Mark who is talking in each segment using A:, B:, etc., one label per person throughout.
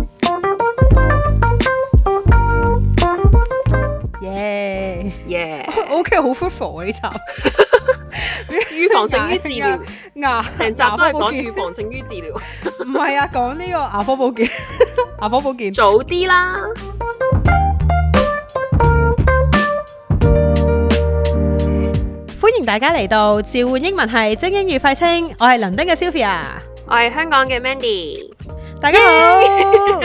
A: 講佢好 fruitful 啊呢集，
B: 預防勝於治療，
A: 牙
B: 成集
A: 牙
B: 都係
A: 科保
B: 講
A: 健
B: 預防勝於治療，
A: 唔係啊，講呢個牙科保健， 牙科保健。
B: 早啲啦。
A: 歡迎大家嚟到召喚英文系精英與廢青，我係倫敦嘅 Sylvia，
B: 我係香港嘅 Mandy。
A: 大家好，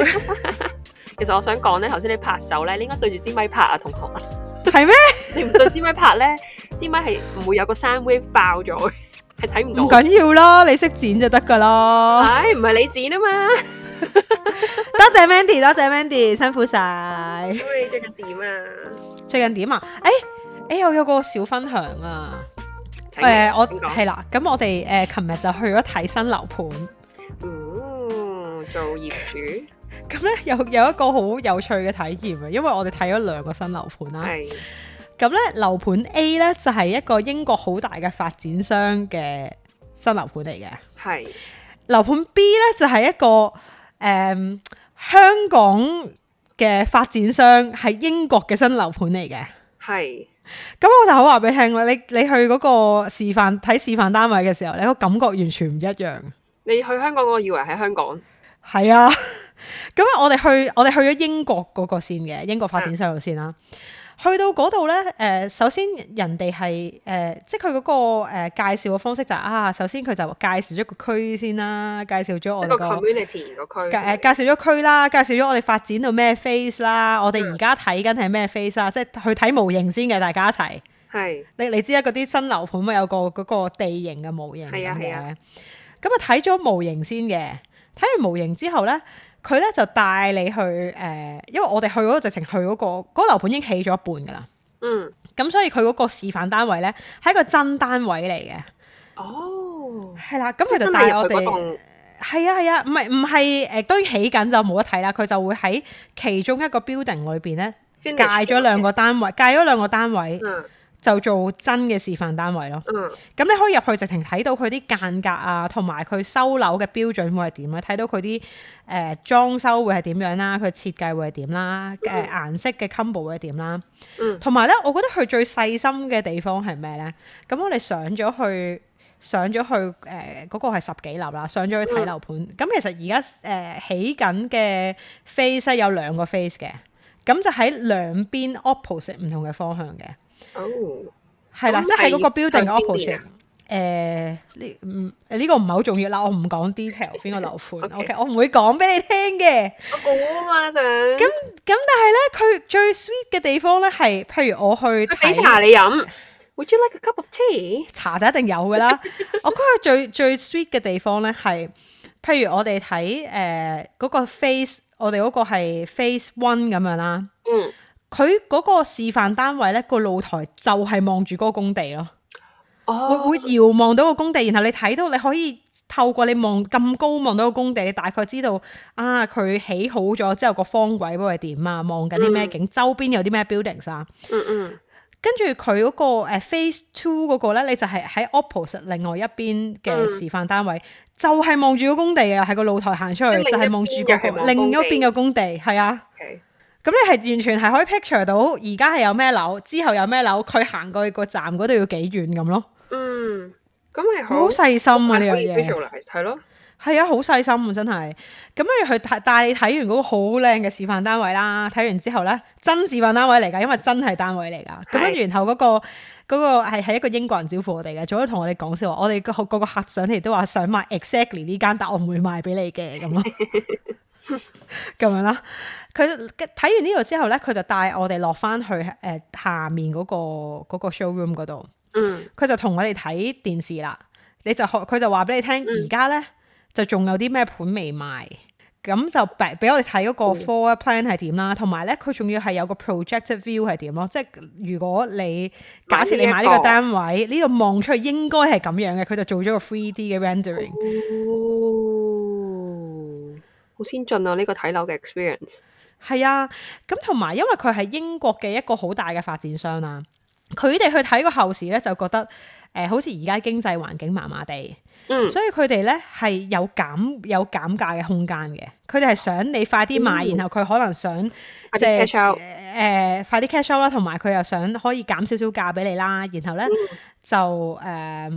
B: 其實我想講咧，頭先你拍手咧，你應該對住支咪拍啊，同學。
A: 係咩？
B: 你唔對支咪拍咧，支咪係唔會有個 sound wave 爆咗 嘅，係睇
A: 唔
B: 唔到。
A: 緊要啦，你識剪就得噶 啦。
B: 唉，唔係你剪啊 嘛。
A: 多謝 Mandy，多謝 Mandy，辛苦晒。
B: 咁你最近點啊？
A: 最近點啊？誒、誒，我有個小分享啊。誒、
B: 請你
A: 我
B: 請講
A: 係啦，咁我哋誒琴日就去咗睇新樓盤。
B: 嗯，做業主
A: 咁咧有有一個好有趣嘅體驗啊，因為我哋睇咗兩個新樓盤啦。
B: 係
A: 咁咧樓盤 A 咧就係、一個英國好大嘅發展商嘅新樓盤嚟嘅，
B: 係
A: 樓盤 B 咧就係、一個誒、嗯香港嘅發展商係英國嘅新樓盤嚟嘅。
B: 係
A: 咁我就好話俾你聽啦，你你去嗰個示範睇示範單位嘅時候，你個感覺完全唔一樣。
B: 你去香港，我以為喺香港。
A: 係啊， 咁啊，我哋去我哋去咗英國嗰個先嘅，英國發展商路線啦。去到嗰度咧，誒、首先人哋係誒，即係佢嗰個、呃、介紹嘅方式就係、啊，首先佢就介紹咗個區先啦，介紹咗我
B: 一
A: 哋
B: 個
A: 個
B: community 個區
A: 介誒介紹咗區啦，介紹咗我哋發展到咩 phase 啦，我
B: 嗯
A: 哋而家睇緊係咩 phase 啦，即係去睇模型先嘅，大家一齊。
B: 係
A: 你你知啊啦，嗰啲新樓盤咪有個嗰個地形嘅模型咁
B: 係
A: 嘅，
B: 啊
A: 咁
B: 係
A: 啊
B: 啊
A: 睇咗模型先嘅，睇完模型之後咧，佢咧就帶你去誒、呃因為我哋去嗰個直情去嗰、個嗰、個樓盤已經起咗一半㗎啦，
B: 嗯
A: 咁所以佢嗰個示範單位咧係一個真單位嚟嘅，
B: 哦，
A: 係啦，咁佢就
B: 真
A: 帶
B: 係入
A: 我
B: 去嗰
A: 哋。
B: 棟
A: 係啊係啊，唔係唔係誒，當然起緊就冇得睇啦。佢就會喺其中一個 building 裏邊咧，界
B: finish
A: 咗兩個單位，界咗兩個單位
B: 嗯
A: 就做真嘅示範單位咯。
B: 嗯
A: 咁你可以入去直情睇到佢啲間隔啊，同埋佢收樓嘅標準會係點啊，睇到佢啲誒裝修會係點樣啦，佢設計會係點啦，誒、
B: 嗯
A: 顏色嘅 combo 會係點啦，
B: 嗯
A: 同埋咧，我覺得佢最細心嘅地方係咩咧？咁我哋上咗去。上咗去呃誒嗰、個係十幾樓啦，上咗去睇樓
B: 嗯
A: 盤。咁、其實而家誒起緊嘅 phase 呢有兩個 phase 嘅，咁就喺兩邊 opposite 唔同嘅方向嘅。
B: à. 哦
A: 係啦，
B: 咁
A: 即係嗰個
B: 係
A: building 嘅
B: 向邊邊
A: opposite 嗯
B: 啊。
A: 誒呢唔誒呢個唔係好重要啦，我唔講 detail 邊個樓盤
B: Okay
A: ，OK，我唔會講俾你聽嘅。
B: 我估啊嘛想咁
A: 咁但係咧，佢最 sweet 嘅地方咧係，譬如我去
B: 佢俾
A: 睇
B: 茶你飲，Would you like a cup of tea？
A: 茶就一定有噶 啦。我覺得最最 sweet 嘅地方咧係，譬如我哋睇誒嗰個 face，我哋嗰個係 face one 咁樣啦。
B: 嗯
A: 佢嗰個示範單位咧，個露台就係望住嗰個工地咯。會
B: 哦
A: 會遙望到個工地，然後你睇到你可以透過你望咁高望到個工地，你大概知道啊佢起好咗之後個方位會係點啊，望緊啲咩景，周邊有啲咩 buildings 啊。
B: 嗯嗯
A: 跟住佢嗰個誒 phase two 嗰個咧，你就係喺 opposite 另外一邊嘅
B: 嗯
A: 示範單位，就係望住個工地啊，喺個露台行出去
B: 即係
A: 就係
B: 另一
A: 望住
B: 邊
A: 嗰
B: 又係
A: 個
B: 望
A: 另一
B: 工地
A: 邊嘅工地，係啊。
B: ，OK
A: 咁你係完全係可以 picture 到而家係有咩樓，之後有咩樓，佢行過去個站嗰度要幾遠咁咯，
B: 嗯，咁係
A: 好細心啊呢樣嘢。
B: visualize 係咯，
A: 係啊，好細心啊，真係。咁跟住佢帶帶你睇完嗰個好靚嘅示範單位啦，睇完之後咧，真示範單位嚟㗎，因為真係單位嚟㗎。咁跟住然後嗰、個嗰、個係係一個英國人招呼我哋嘅，早都同我哋講笑話，我哋個個個客上嚟都話想買 exactly 呢間，但我唔會賣俾你嘅咁咯， 咁樣啦。佢睇完呢度之後咧，佢就帶我哋落翻去誒、呃下面嗰、個嗰個 showroom 嗰度。
B: 嗯
A: 佢就同我哋睇電視啦。你就學佢就話俾你聽，
B: 嗯
A: 而家咧就仲有啲咩盤未賣，咁就俾俾我哋睇嗰個
B: 嗯
A: floor plan 係點啦，同埋咧佢仲要係有個 projected view 係點咯，即係如果你假設你買
B: 買呢一
A: 呢
B: 個
A: 個單位，呢度望出去應該係咁樣嘅，佢就做咗個 three D 嘅 rendering。
B: 哦，好先進啊呢個睇樓嘅 experience，
A: 係啊，咁同埋因為佢係英國嘅一個好大嘅發展商啦，佢哋去睇個後市咧，就覺得誒、呃好似而家經濟環境麻麻地，
B: 嗯
A: 所以佢哋咧係有減有減價嘅空間嘅。佢哋係想你快啲買，
B: 嗯
A: 然後佢可能想
B: 快啲
A: 即係
B: cash out
A: 誒快啲 cash out 啦，同埋佢又想可以減少少價俾你啦。然後咧
B: 嗯
A: 就誒。呃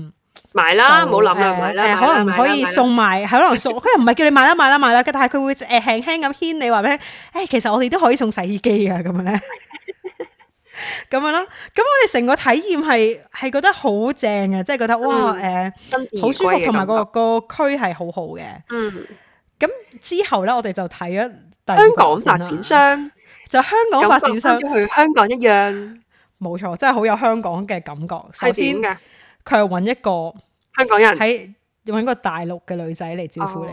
B: 買啦，
A: 就
B: 冇啊諗啦，
A: 誒
B: 買啦，
A: 誒
B: 買啦
A: 可能可以，送埋，可能送，佢又唔係叫你買啦買啦買啦，但係佢會誒輕輕咁牽你話俾你聽，誒其實我哋都可以送洗衣機噶咁樣 咧，咁樣咯，咁我哋成個體驗係係覺得好正嘅，即係覺得哇誒好、
B: 嗯買啦真
A: 舒服，同埋、個個區係好好嘅。
B: 嗯
A: 咁之後咧，我哋就睇咗第二個
B: 香港發
A: 啦
B: 展商，
A: 就香港發
B: 感
A: 展
B: 覺
A: 商
B: 翻，咗去香港一樣，
A: 冇錯，真係好有香港嘅感覺。首
B: 係
A: 先
B: 點㗎？
A: 佢係揾一個。
B: 香港人
A: 喺揾個大陸嘅女仔嚟招
B: Ờ.
A: 呼你，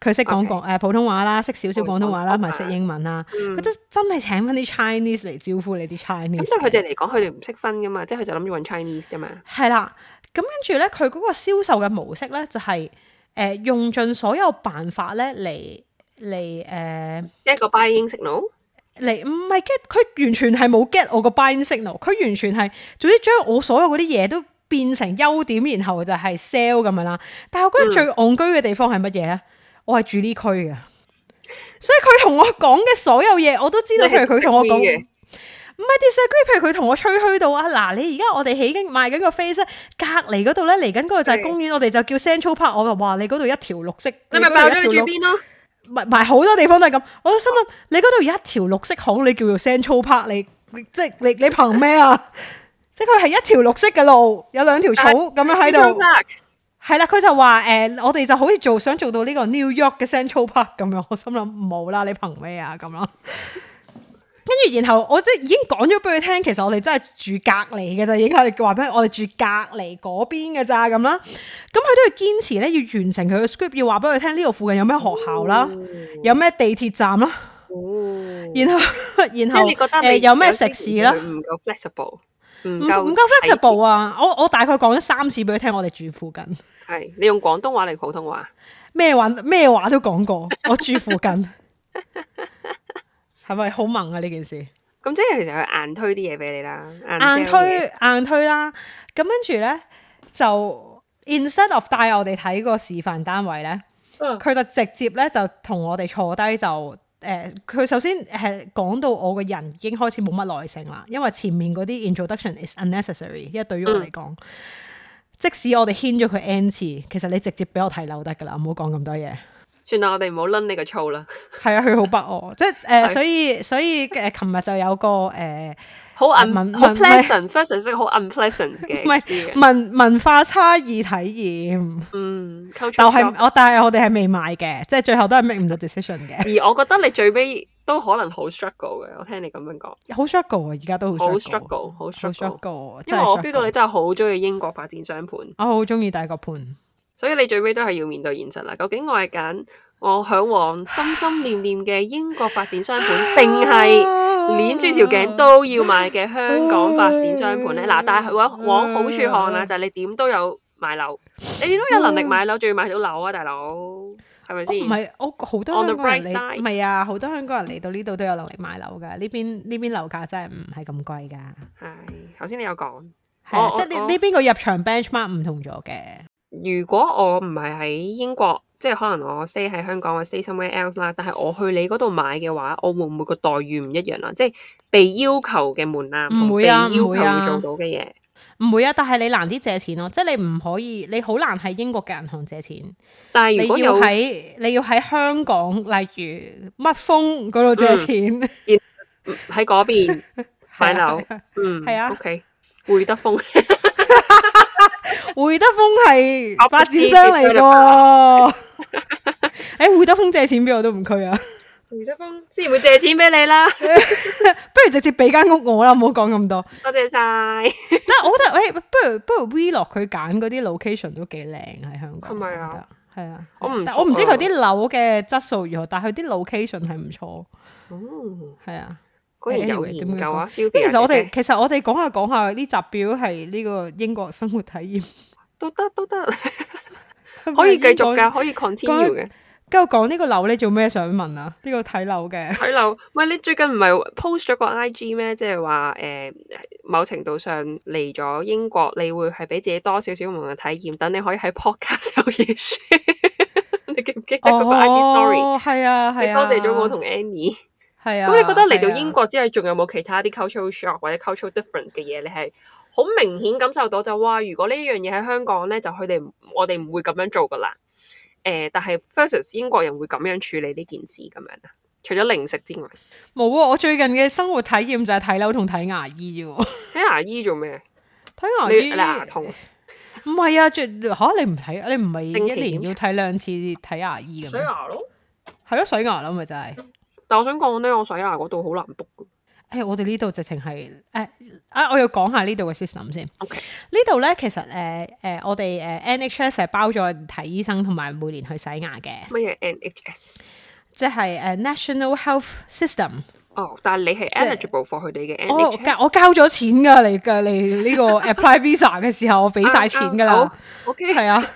A: 佢識講
B: 哦 OK
A: 講誒普通話啦，識少少廣東話啦，同埋識英文啦。
B: 嗯
A: 佢真真係請翻啲 Chinese 嚟招呼你啲 Chinese
B: 咁
A: 嘅。
B: 對佢哋嚟講，佢哋唔識分噶嘛，即係佢就諗住揾 Chinese 啫嘛。
A: 係啦，咁跟住咧，佢嗰個銷售嘅模式咧就係、呃用盡所有辦法咧嚟嚟誒
B: 一個 buying signal，
A: 嚟唔係 get 佢完全係冇 get 我個 buying signal，佢完全係總之將我所有嗰啲嘢都變成優點，然後就係 sell 咁樣啦。但係
B: 嗯
A: 我覺得最戇居嘅地方係乜嘢咧？我係住呢區嘅，所以佢同我講嘅所有嘢我都知道。
B: 你係
A: 譬如佢同我講，唔
B: disagree 嘅
A: 係 disagree，譬如佢同我吹噓到啊，嗱，你而家我哋起緊賣緊個 face 咧，隔離嗰度咧嚟緊嗰個就係
B: 係
A: 公園，我哋就叫 Central Park。我話哇，你嗰度一條綠色，
B: 你
A: 嗰
B: 咪
A: 度
B: 爆
A: 一
B: 咗你
A: 條
B: 住
A: 綠
B: 邊咯？
A: 埋埋好多地方都係咁，我都心諗你嗰度有一條綠色巷，你叫做 Central Park，你你即係你你憑咩啊？ 即係佢係一條綠色嘅路，有兩條草
B: 但
A: 咁樣喺度，係啦。佢就話誒、呃我哋就好似做想做到呢個 New York 嘅 Central Park 咁樣，我 心諗冇啦，你憑咩啊咁咯？跟住然後我即係已經講咗俾佢聽，其實我哋真係住隔離嘅咋，已經係話俾佢我哋住隔離嗰邊嘅咋咁啦。咁佢都要堅持咧，要完成佢嘅 script，要話俾佢聽呢度附近有咩學校啦。有咩地鐵站啦，
B: 哦，即
A: 然後 然
B: 係
A: 後
B: 你覺得
A: 誒、
B: 你
A: 有咩食
B: 啲
A: 肆
B: 嘢
A: 啦，
B: 唔夠 ừ, flexible，唔 Ừ,
A: 唔
B: 夠
A: 唔夠 flexible 啊！我我大概講咗三次俾佢聽，我哋住附近，
B: 係你用廣東話定普通話？
A: 咩話咩話都講過，我住附 近，係咪好猛啊呢件事？
B: 咁即係其實佢硬推啲嘢俾你啦，
A: 硬
B: sell 嘢
A: 推硬推啦，咁跟住咧就 instead of 帶我哋睇個示範單位咧，
B: 嗯
A: 佢就直接咧就同我哋坐低就誒，呃佢、首先係講到我個人已經開始冇乜耐性啦，因為前面嗰啲 introduction is unnecessary，因為對於
B: 嗯
A: 我嚟講。即使我哋牽咗佢 n 次，其實你直接俾我睇樓得㗎啦，唔好講咁多嘢。
B: 算啦，我哋唔好攆你個醋啦，
A: 係啊，佢好不 我，即係誒、呃
B: 係
A: 所以所以誒，琴日就有個誒、呃
B: 好
A: 文
B: un 好
A: 文
B: pleasant，first 色好 unpleasant 嘅
A: 唔係
B: experience，
A: 文文化差異體驗，
B: 嗯，culture
A: 但係
B: shock
A: 我但係我哋係未買嘅，即係最後都係 make 唔到 decision 嘅，
B: 而我覺得你最尾都可能好 struggle 嘅，我聽你咁樣講，
A: 好 struggle 啊！而家都
B: 好
A: 好 struggle，
B: struggle，好
A: 好
B: struggle。
A: struggle，啊
B: 因
A: 真
B: 為
A: 係
B: 我 feel 到
A: struggle
B: 你真係好中意英國發展商盤，
A: 我好中意第一個盤，
B: 所以你最尾都係要面對現實啦。究竟我係揀我向往心心念念嘅英國發展商 盤，定係
A: 啊
B: 攣住條頸
A: 哦
B: 都要買嘅香港發展商盤呢？嗱，但係往往好處看啦，就係你點都有買樓，你點都有能力買樓，仲要買到樓啊，大佬，
A: 我唔
B: 係咪先？
A: 係我好
B: On
A: 多香
B: the
A: 港人
B: bright side
A: 嚟，唔係啊，好多香港人嚟到呢度都有能力買樓㗎。呢邊呢邊樓價真係唔係咁貴㗎，
B: 係，頭先你有講。
A: 係啊
B: 我，
A: 即係呢
B: 我
A: 呢邊個入場 benchmark 唔同咗嘅。
B: 如果我唔係喺英國，即係可能我 stay 喺香港，我 stay somewhere else 啦。但係我去你嗰度買嘅話，我會唔會個待遇唔一樣啊？即係被要求嘅門檻，
A: 唔會啊
B: 同被要
A: 唔會
B: 求
A: 啊
B: 要做到嘅嘢。
A: 唔會啊，但係你難啲借錢咯，即係你唔可以，你好難喺英國嘅銀行借錢。
B: 但係
A: 你
B: 如果
A: 要
B: 有
A: 喺你要喺香港，例如乜峰嗰度借錢，
B: 喺嗰邊嗯買樓，嗯，
A: 係啊
B: ，OK，會德豐
A: 會德豐係
B: 我
A: 發展
B: 不知
A: 商嚟
B: 你
A: 㗎喎。 誒，會德豐借錢俾我都唔拘啊，
B: 會德豐之前會借錢俾你啦，
A: 不如直接俾間屋我啦，唔好講咁多。
B: 多謝晒。
A: 但係我覺得，誒，不如不如 V 落佢揀嗰啲 location 都幾靚喺香港，
B: 係咪啊
A: 我覺得？係啊，
B: 我唔
A: 但我唔知
B: 熟啊
A: 佢啲樓嘅質素如何，但係佢啲 location 係唔錯，
B: 哦，
A: 係啊。
B: 果然有
A: Anyway，點
B: 研
A: 樣
B: 究啊，消
A: 咁
B: 費
A: 其實我哋其實我哋講下講下呢集表係呢個英國生活體驗，
B: 都得都得，可以繼
A: 講
B: 續㗎，可以 continue 嘅。
A: 跟住我講呢個樓你做咩想問啊？呢、個睇樓嘅，
B: 睇樓，唔係你最近唔係 post 咗個 IG 咩？即係話誒，某程度上嚟咗英國，你會係俾自己多少少唔同嘅體驗，等你可以喺 podcast 有嘢 share。你記 唔記得嗰個 IG story？、
A: 哦，係啊，
B: 你
A: 係
B: 多
A: 啊，
B: 謝咗我同 Annie。
A: 係啊。
B: 咁你覺得嚟到
A: 係啊
B: 英國之後，仲有冇其他啲 cultural shock 或者 cultural difference 嘅嘢？你係好明顯感受到就哇，如果呢樣嘢喺香港咧，就佢哋唔我哋唔會咁樣做噶啦。誒、但係 versus 英國人會咁樣處理呢件事咁樣啊。除咗零食之外，
A: 冇啊！我最近嘅生活體驗就係睇樓同睇牙醫啫喎，
B: 睇牙醫做咩？
A: 睇牙
B: 你
A: 醫
B: 你牙痛
A: 唔係啊，最吓你唔睇，你唔係
B: 定期
A: 一年要睇兩次睇牙醫嘅咩？
B: 牙咯。
A: 係咯，水牙咯，咪就係、
B: 但我想講咧，我洗牙嗰度好難 book 㗎
A: 誒、我哋呢度直情係誒啊！我要講下呢度嘅 system 先。
B: OK
A: 呢度咧其實誒誒、呃我哋誒、呃 NHS 係包咗睇醫生同埋每年去洗牙嘅，
B: 乜嘢 NHS？
A: 即係誒、呃 National Health System。
B: 哦，但係你
A: 係
B: 係
A: 哦
B: eligible for 佢哋嘅
A: 我
B: NHS。
A: 交我交咗錢㗎，你㗎你 呢個 apply visa 嘅時候，我俾晒錢㗎
B: 啱啱
A: 啦
B: 啊好，OK，
A: 係 啊，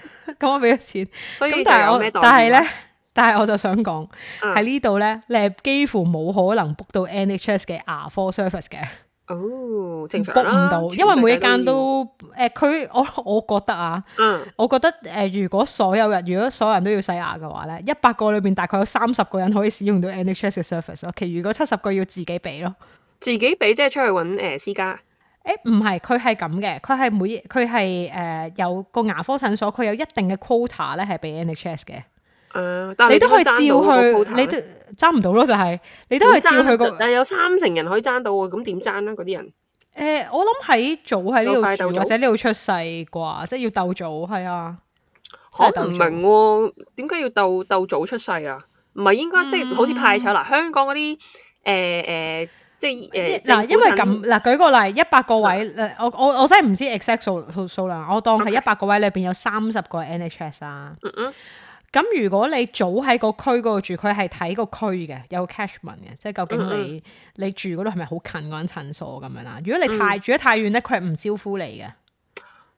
A: 咁我俾咗錢。
B: 所以
A: 咁
B: 就
A: 但係
B: 有咩
A: 我
B: 待遇
A: 但係
B: 啦
A: 咧， 但係我就想講
B: 嗯
A: 喺呢度咧，你係幾乎冇可能 book 到 NHS 嘅牙科 service 嘅
B: 哦，正常
A: ，book
B: 啦
A: 唔到，
B: 全
A: 因為每一
B: 世界
A: 間
B: 要
A: 都誒佢、我我覺得啊。
B: 嗯
A: 我覺得誒、呃如果所有人如果所有人都要洗牙嘅話咧，一百個裏邊大概有三十個人可以使用到 NHS 嘅 service 咯，其餘嗰七十個要自己俾咯。
B: 自己俾即係出去揾誒私家
A: 誒唔係，佢係咁嘅，佢係每佢係誒有個牙科診所，佢有一定嘅 quota 咧係俾 NHS 嘅。
B: 啊，但係
A: 你都可以
B: 點
A: 照
B: 樣爭到嗰個
A: 去，
B: quota
A: 你
B: 咧
A: 都爭唔到咯，就係、你都係
B: 點
A: 照
B: 爭
A: 佢個
B: 得但係有三成人可以爭到喎，咁點爭啊咧？嗰啲人
A: 誒、呃我諗喺早喺
B: 鬥快
A: 呢
B: 鬥
A: 度
B: 早
A: 住或者呢度出世啩，即係要鬥早係啊。
B: 我
A: 真係鬥
B: 唔明喎，點解要鬥鬥早出世啊？唔係應該即
A: 嗯
B: 係好似派籌嗱，香港嗰啲誒誒即係誒呃
A: 嗱，因為
B: 為
A: 咁嗱，舉個例，一百個位，誒我我我真係唔知 exact 數數數量，我當
B: 嗯 OK
A: 係一百個位裏邊有三十個 NHS 啦。
B: 嗯嗯
A: 啊咁如果你早喺個區嗰度住，佢係睇個區嘅，有 catchment 嘅，即係究
B: 嗯
A: 竟你你住嗰度係咪好近嗰間診所咁樣啦？如果
B: 嗯
A: 你太住得太遠咧，佢係唔招呼你嘅。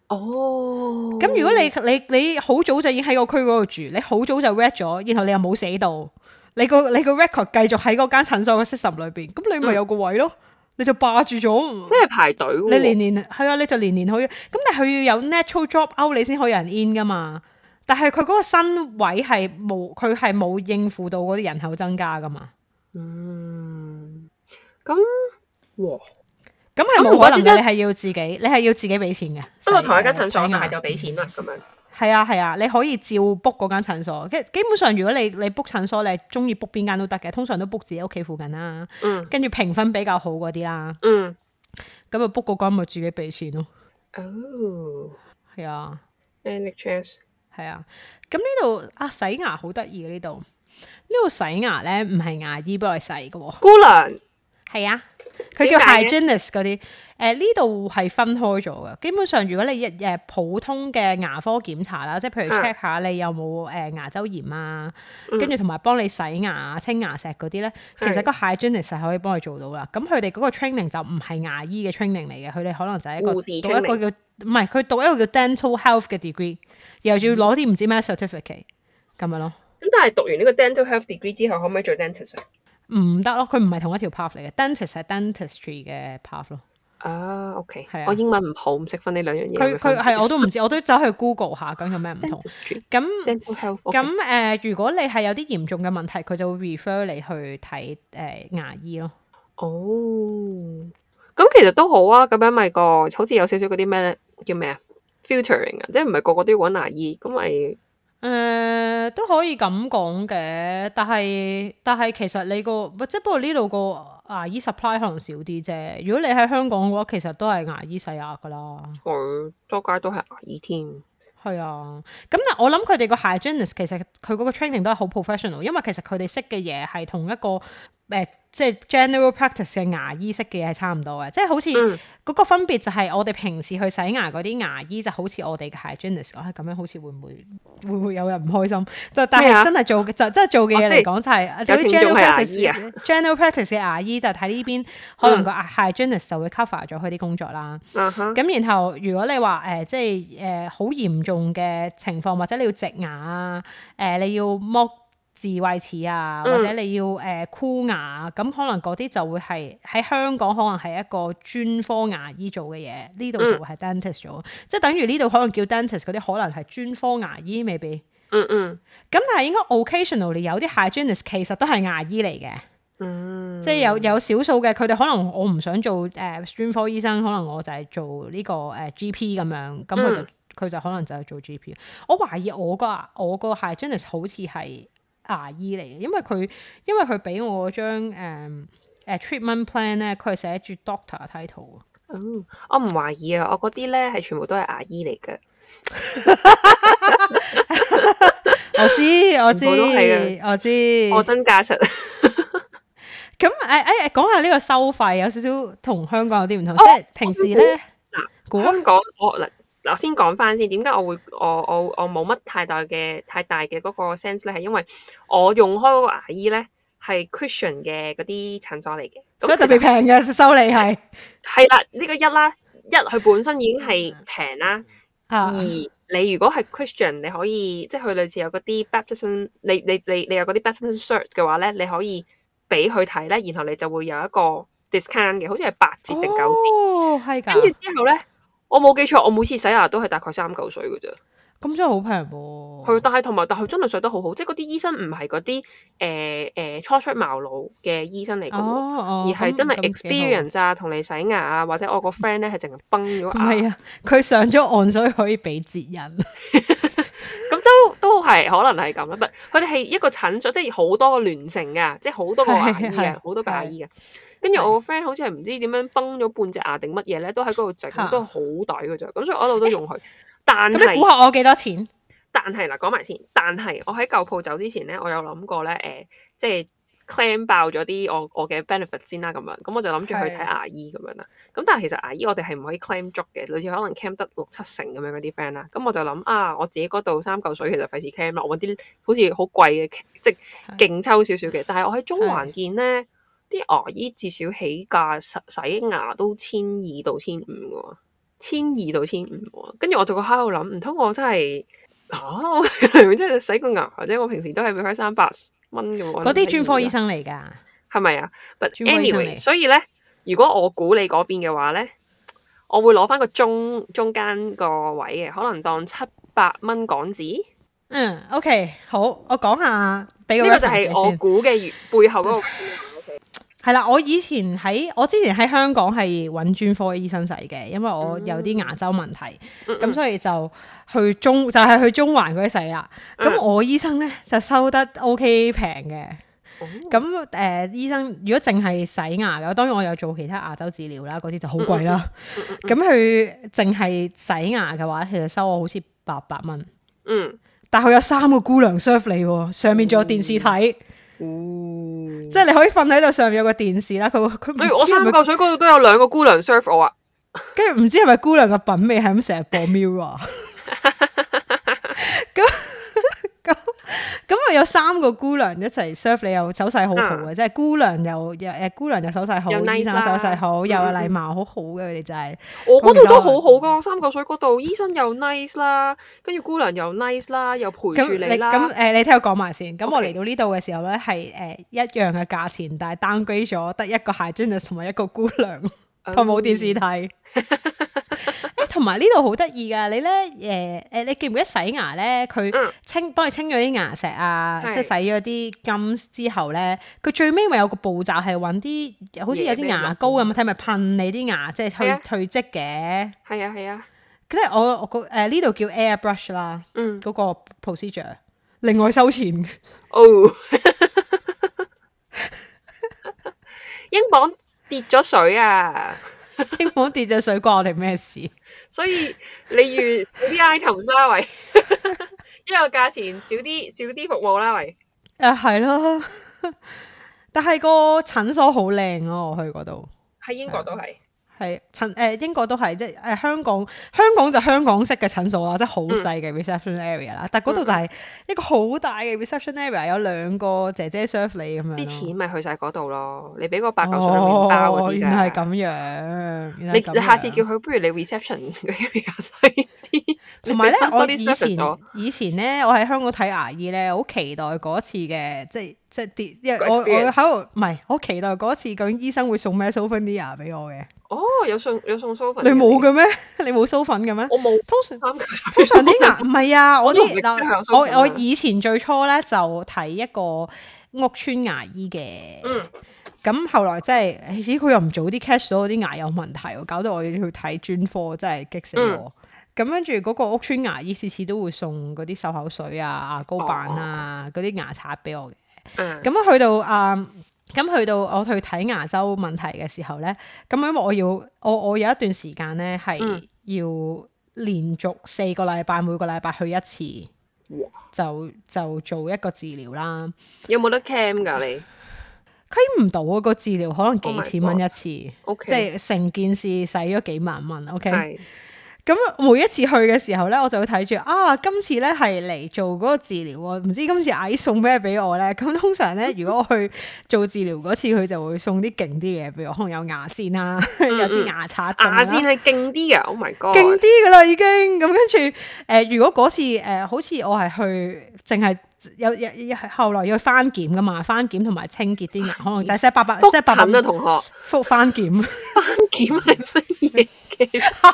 B: 哦，
A: 咁如果你你你好早就已經喺個區嗰度住，你好早就 read 咗，然後你又冇死到，你個你個 record 繼續喺嗰間診所嘅 system 裏邊，咁
B: 嗯
A: 你咪有個位咯，你就霸住咗。
B: 即係排隊喎，
A: 你年年係啊，你就年年去，咁但係佢要有 natural drop out 你先可以有人 in 噶嘛。但係佢嗰個新位係冇，佢係冇應付到嗰啲人口增加噶嘛。
B: 嗯咁哇，
A: 咁係
B: 咁唔
A: 冇
B: 怪
A: 可
B: 之
A: 能
B: 得
A: 嘅，你係要自己，你係要自己俾錢嘅。
B: 因
A: 使
B: 為同一間診所，
A: 睇牙
B: 但係就俾錢啦咁樣。
A: 係啊係啊，你可以照 book 嗰間診所。基基本上，如果你你 book 診所，你係中意 book 邊間都得嘅，通常都 book 自己屋企附近啦。
B: 嗯
A: 跟住評分比較好嗰啲啦，
B: 嗯
A: 咁啊 book 嗰間咪自己俾錢咯。
B: 哦
A: 係啊。
B: NHS
A: 係啊，咁呢度啊洗牙好得意嘅呢度，呢度洗牙咧唔係牙醫幫你洗嘅喎，
B: 姑娘。
A: 係啊，佢叫
B: 點解嘅
A: hygienist 嗰啲，誒呢度係分開咗嘅。基本上如果你日誒普通嘅牙科檢查啦，即係譬如
B: 嗯
A: check 下你有冇誒、牙周炎啊，
B: 嗯
A: 跟住同埋幫你洗牙、清牙石嗰啲咧，其實
B: 係
A: 個 hygienist 係可以幫你做到啦。咁佢哋嗰個 training 就唔係牙醫嘅 training 嚟嘅，佢哋可能就係一個
B: 護士
A: 讀一個叫唔係佢讀一個叫 dental health 嘅 degree，然後
B: 嗯
A: 仲要攞啲唔知咩 certificate 咁樣咯。
B: 咁但係讀完呢個 dental health degree 之後，可唔可以做 dentist 啊？
A: 唔得咯，佢唔係同一條 path 嚟嘅，dentist 係 dentistry 嘅 path 咯。
B: 啊，OK，
A: 係啊
B: 我英文唔好，唔識分呢兩樣嘢。
A: 佢佢係我都唔知，我都走去 Google 下咁有咩唔同。
B: dentistry
A: 咁
B: dental health
A: 咁
B: OK。
A: 誒，如果你係有啲嚴重嘅問題，佢就會 refer 你去睇誒、呃牙醫咯。
B: 哦，咁其實都好啊，咁樣咪個好似有少少嗰啲咩咧，叫咩啊？filtering 啊，即係唔係個個都要揾牙醫，咁咪
A: 誒、都可以咁講嘅，但係但係其實你個即係不過呢度個牙醫 supply 可能少啲啫。如果你喺香港嘅話，其實都係牙醫洗牙噶啦。
B: 佢周街都係牙醫添。
A: 係啊，咁但我諗佢哋個 hygienist 其實佢嗰個 training 都係好 professional，因為其實佢哋識嘅嘢係同一個誒、呃即係 general practice 嘅牙醫識嘅嘢係差唔多嘅，即係好似
B: 嗯
A: 嗰個分別就係我哋平時去洗牙嗰啲牙醫就好似我哋嘅 hygienist，啊咁樣好似會唔會會唔會有人唔開心？就但
B: 咩啊哦
A: 係真係做嘅就真係做嘅嘢嚟講就係、
B: 即係
A: 有啲
B: 有聽眾
A: general
B: 係牙醫
A: practice
B: 啊嗯
A: general practice 嘅牙醫就睇呢邊可能個 hygienist 就會 cover 咗佢啲工作啦。
B: 啊哈，
A: 咁然後如果你話誒、呃即呃係誒好嚴重嘅情況，或者你要植牙啊，誒、你要剝智慧齒啊，或者你要誒、呃箍牙，咁可能嗰啲就會係喺香港可能係一個專科牙醫做嘅嘢，呢度就會係 dentist 做，即係等於呢度可能叫 dentist 嗰啲可能係專科牙醫未必。
B: 嗯嗯
A: 咁但係應該 occasionally 有啲 hygienist 其實都係牙醫嚟嘅，
B: 嗯，
A: 即係有有少數嘅佢哋可能我唔想做誒、呃、專科醫生，可能我就係做呢、個誒、呃 GP 咁樣，咁
B: 嗯
A: 佢就佢、就可能就係做 GP。我懷疑我個我個 hygienist 好似係牙醫嚟嘅，因為佢因為佢俾我嗰張誒、呃 treatment plan 咧，佢係寫住 doctor title 喎。
B: 嗯我唔懷疑啊，我嗰啲咧係全部都係牙醫嚟嘅。
A: 我知我知
B: 全部都係啊
A: 我知，
B: 我真假實，
A: 咁誒誒講下呢個收費有少少同香港有啲唔同，
B: 哦
A: 即係平時咧估
B: 香港我嗱嗱先講翻先，點解我會我我我冇乜太大嘅太大嘅嗰個 sense 咧，係因為我用開嗰個牙醫咧係 Christian 嘅嗰啲診所嚟嘅，咁
A: 所以特
B: 其實
A: 別平嘅收你係
B: 係啦，呢、個一啦，一佢本身已經係平啦，
A: 嗯啊
B: 而你如果係 Christian，你可以即係佢類似有嗰啲 baptism，你你你你有嗰啲 baptism cert 嘅話咧，你可以俾佢睇咧，然後你就會有一個 discount 嘅，好似係八折定九折。
A: 哦，係
B: 跟住
A: 㗎，
B: 之後咧，我冇記錯，我每次洗牙都係大概三嚿水嘅啫。
A: 咁真係好平
B: 佢
A: 喎。
B: 但係同埋，但係佢真係洗得好好，即係嗰啲醫生唔係嗰啲誒誒初出茅廬嘅醫生嚟嘅
A: 哦
B: 喎，
A: 哦，
B: 而係
A: 咁
B: 真係
A: 咁幾好
B: experience 啊，同你洗牙啊，或者我個 friend 咧係淨係崩咗
A: 唔
B: 牙。
A: 係啊，佢上咗岸所以可以俾節人。
B: 咁都都係可能係咁啦，不佢哋係一個診所，即係好多個聯成噶，即係好多個牙醫
A: 係啊係
B: 嘅，好多個牙醫嘅。跟住我個 friend 好似係唔知點樣崩咗半隻牙定乜嘢咧，都喺嗰度整
A: 嚇，
B: 都好抵嘅啫。咁所以我一路都用佢，但
A: 咁你估
B: 係
A: 下我幾多錢？
B: 但係嗱，講埋先，但係我喺舊鋪走之前咧，我有諗過咧，誒、即係 claim 爆咗啲我我嘅 benefit 先啦，咁樣，咁我就諗住去睇
A: 係
B: 牙醫咁樣啦。咁但係其實牙醫我哋係唔可以 claim 足嘅，類似可能 claim 得六七成咁樣嗰啲 friend 啦。咁我就諗啊，我自己嗰度三嚿水其實費事 claim 啦，我揾啲好似好貴嘅，即係
A: 係
B: 勁抽少少嘅。但係我喺中環
A: 係
B: 見咧，啲牙醫至少起價洗洗牙都千二到千五嘅喎。千二到千五喎，跟住我就個喺度諗，唔通我真係嚇、啊
A: 哦
B: 我真係洗個牙啫，我平時都係俾佢三百蚊嘅喎，我
A: 嗰
B: 諗
A: 啲
B: 洗
A: 專科
B: 二
A: 醫
B: 啦，
A: 生嚟㗎，
B: 係咪啊？But
A: 專科醫生
B: anyway，
A: 嚟。
B: 所以咧，如果我估你嗰邊嘅話咧，我會攞翻個中中間個位嘅，可能當七百蚊港紙。
A: 嗯，OK，好，我講下俾個
B: 呢個就
A: reference
B: 係
A: 你
B: 我
A: 先。
B: 估嘅原背後 嗰個。
A: 係啦，我以前喺我之前喺香港係揾專科醫生洗嘅，因為我有啲牙
B: 嗯
A: 周問題，
B: 嗯
A: 咁
B: 嗯
A: 所以就去中就係、去中環嗰啲洗啦。咁
B: 嗯
A: 我醫生呢，就收得 OK 平嘅。
B: 哦
A: 咁誒、呃、醫生如果淨係洗牙嘅，當然我有做其他牙周治療啦，嗰啲就好
B: 嗯
A: 貴
B: 嗯
A: 啦。咁佢淨係洗牙嘅話，其實收我好似八百蚊，
B: 嗯
A: 但佢有三個姑娘 serve 你喎，上面仲有電視睇，
B: 嗯，
A: 即係你可以瞓喺度，上面有個電視啦。佢佢唔
B: 例如我
A: 知
B: 三
A: 哦係咪
B: 嚿水嗰度都有兩個姑娘 serve 我啊。
A: 跟住唔知係咪姑娘嘅品味係咁成日播 Mirror，咁咁咁啊有三個姑娘一齊 serve 你又手勢好好嘅，即係姑娘又又誒姑娘又手勢好，
B: 嗯又
A: 醫
B: nice
A: 生又手勢
B: 啦
A: 好，又有
B: 嗯嗯
A: 禮
B: 嗯
A: 貌，好好嘅佢哋就係、
B: 我
A: 咁
B: 嗰
A: 其
B: 度
A: 實
B: 都
A: 我
B: 好好噶，三嚿水嗰度醫生又 nice 啦，跟住姑娘又 nice 啦，又陪住
A: 咁
B: 你
A: 你咁
B: 啦
A: 誒、。呃你聽我講埋先。咁我
B: OK
A: 嚟到呢度嘅時候咧，係誒、呃一樣嘅價錢，但係 downgrade 咗得一個 hygienist 同埋一個姑娘，同埋冇電視
B: 嗯
A: 睇。誒同埋呢度好得意㗎，你咧誒誒，你記唔記得洗牙咧？佢
B: 嗯
A: 清幫你清咗啲牙石啊，即係
B: 係
A: 洗咗啲金之後咧，佢最尾咪有個步驟係揾啲好似有
B: 嘢
A: 啲
B: 俾你
A: 牙
B: 落
A: 膏咁睇，咪噴你啲牙，即係
B: 係
A: 去
B: 啊
A: 去積嘅。
B: 係啊係啊，
A: 即係我我個誒呢度叫 airbrush 啦，
B: 嗯
A: 嗰、個 procedure，另外收錢。
B: 哦， 英鎊跌咗水啊，
A: 英鎊跌咗水關我哋咩事？
B: 所以你預啲 item 啦 喂，因為價錢少啲少啲服務啦喂，
A: 啊，係咯， 但係個診所好靚咯，我去嗰度
B: 喺英國都係。
A: 係診誒英國都係即係誒香港香港就香港式嘅診所啦，即係好
B: 嗯
A: 細嘅 reception area 啦，但係嗰度
B: 嗯
A: 就係一個好大嘅 reception area，有兩個姐姐 serve 你咁樣
B: 啲
A: 咯。
B: 錢咪去晒嗰度咯，你俾個八嚿水麵包嗰
A: 哦，
B: 啲
A: 原來係
B: 㗎。
A: 咁樣，原來
B: 你
A: 係咁
B: 你下次叫
A: 樣。
B: 佢，不如你 reception 嘅 area 細啲。
A: 同埋咧
B: 你，分
A: 我
B: 多
A: 以
B: 啲
A: 前
B: service 我
A: 以前咧，我喺香港睇牙醫咧，好期待嗰次嘅，即係即係啲，因為
B: 個
A: 我我
B: experience
A: 喺度唔係，我期待嗰次究竟醫生會送咩 souvenir 俾我嘅。
B: 哦，有送有送 sofa，
A: 你冇嘅咩？ 你冇 s 粉嘅咩？
B: 我冇
A: 通常
B: 參加。
A: 通 常啲牙 唔係啊，我
B: 我都唔
A: 啲
B: 會
A: 嗱
B: 即刻有 sofa
A: 我我
B: 啊
A: 以前最初咧就睇一個屋村牙醫嘅。
B: 嗯，
A: 咁後來真係，咦佢又唔早啲 catch 到我啲牙有問題喎，搞到我要去睇專科，真係激死我。咁跟住嗰個屋村牙醫次次都會送嗰啲漱口水啊、牙膏板啊、嗰啲、牙刷俾我嘅。
B: 嗯
A: 咁去到啊，咁、去到我去睇牙周問題嘅時候咧，咁因為我要我我有一段時間咧係
B: 嗯
A: 要連續四個禮拜，每個禮拜去一次
B: 哇，
A: 就就做一個治療啦。
B: 有冇得 cam 㗎你
A: claim 唔到啊！個治療可能幾
B: Oh my
A: 千蚊
B: God
A: 一次，即
B: ？O
A: 係成件事使咗幾萬蚊。OK，
B: 係
A: 咁每一次去嘅時候咧，我就會睇住啊，今次咧係嚟做嗰個治療喎，唔知今次阿姨送咩俾我咧？ 咁通 常咧，如果我去做治療嗰次，佢就會送啲勁啲嘅，譬如可能有牙線 啊， 有支牙刷咁樣啦
B: 嗯牙啊線係勁啲嘅，Oh my
A: 勁
B: god！
A: 啲噶啦已經。咁跟住誒，如果嗰次誒、呃好似我係去淨係。有有有後來要去翻檢噶嘛，翻檢同埋清潔啲牙，可能就係八百，即
B: 覆
A: 係八百
B: 診啊，同 學，
A: 復翻檢，唔
B: 翻檢係乜嘢嘅？
A: 知復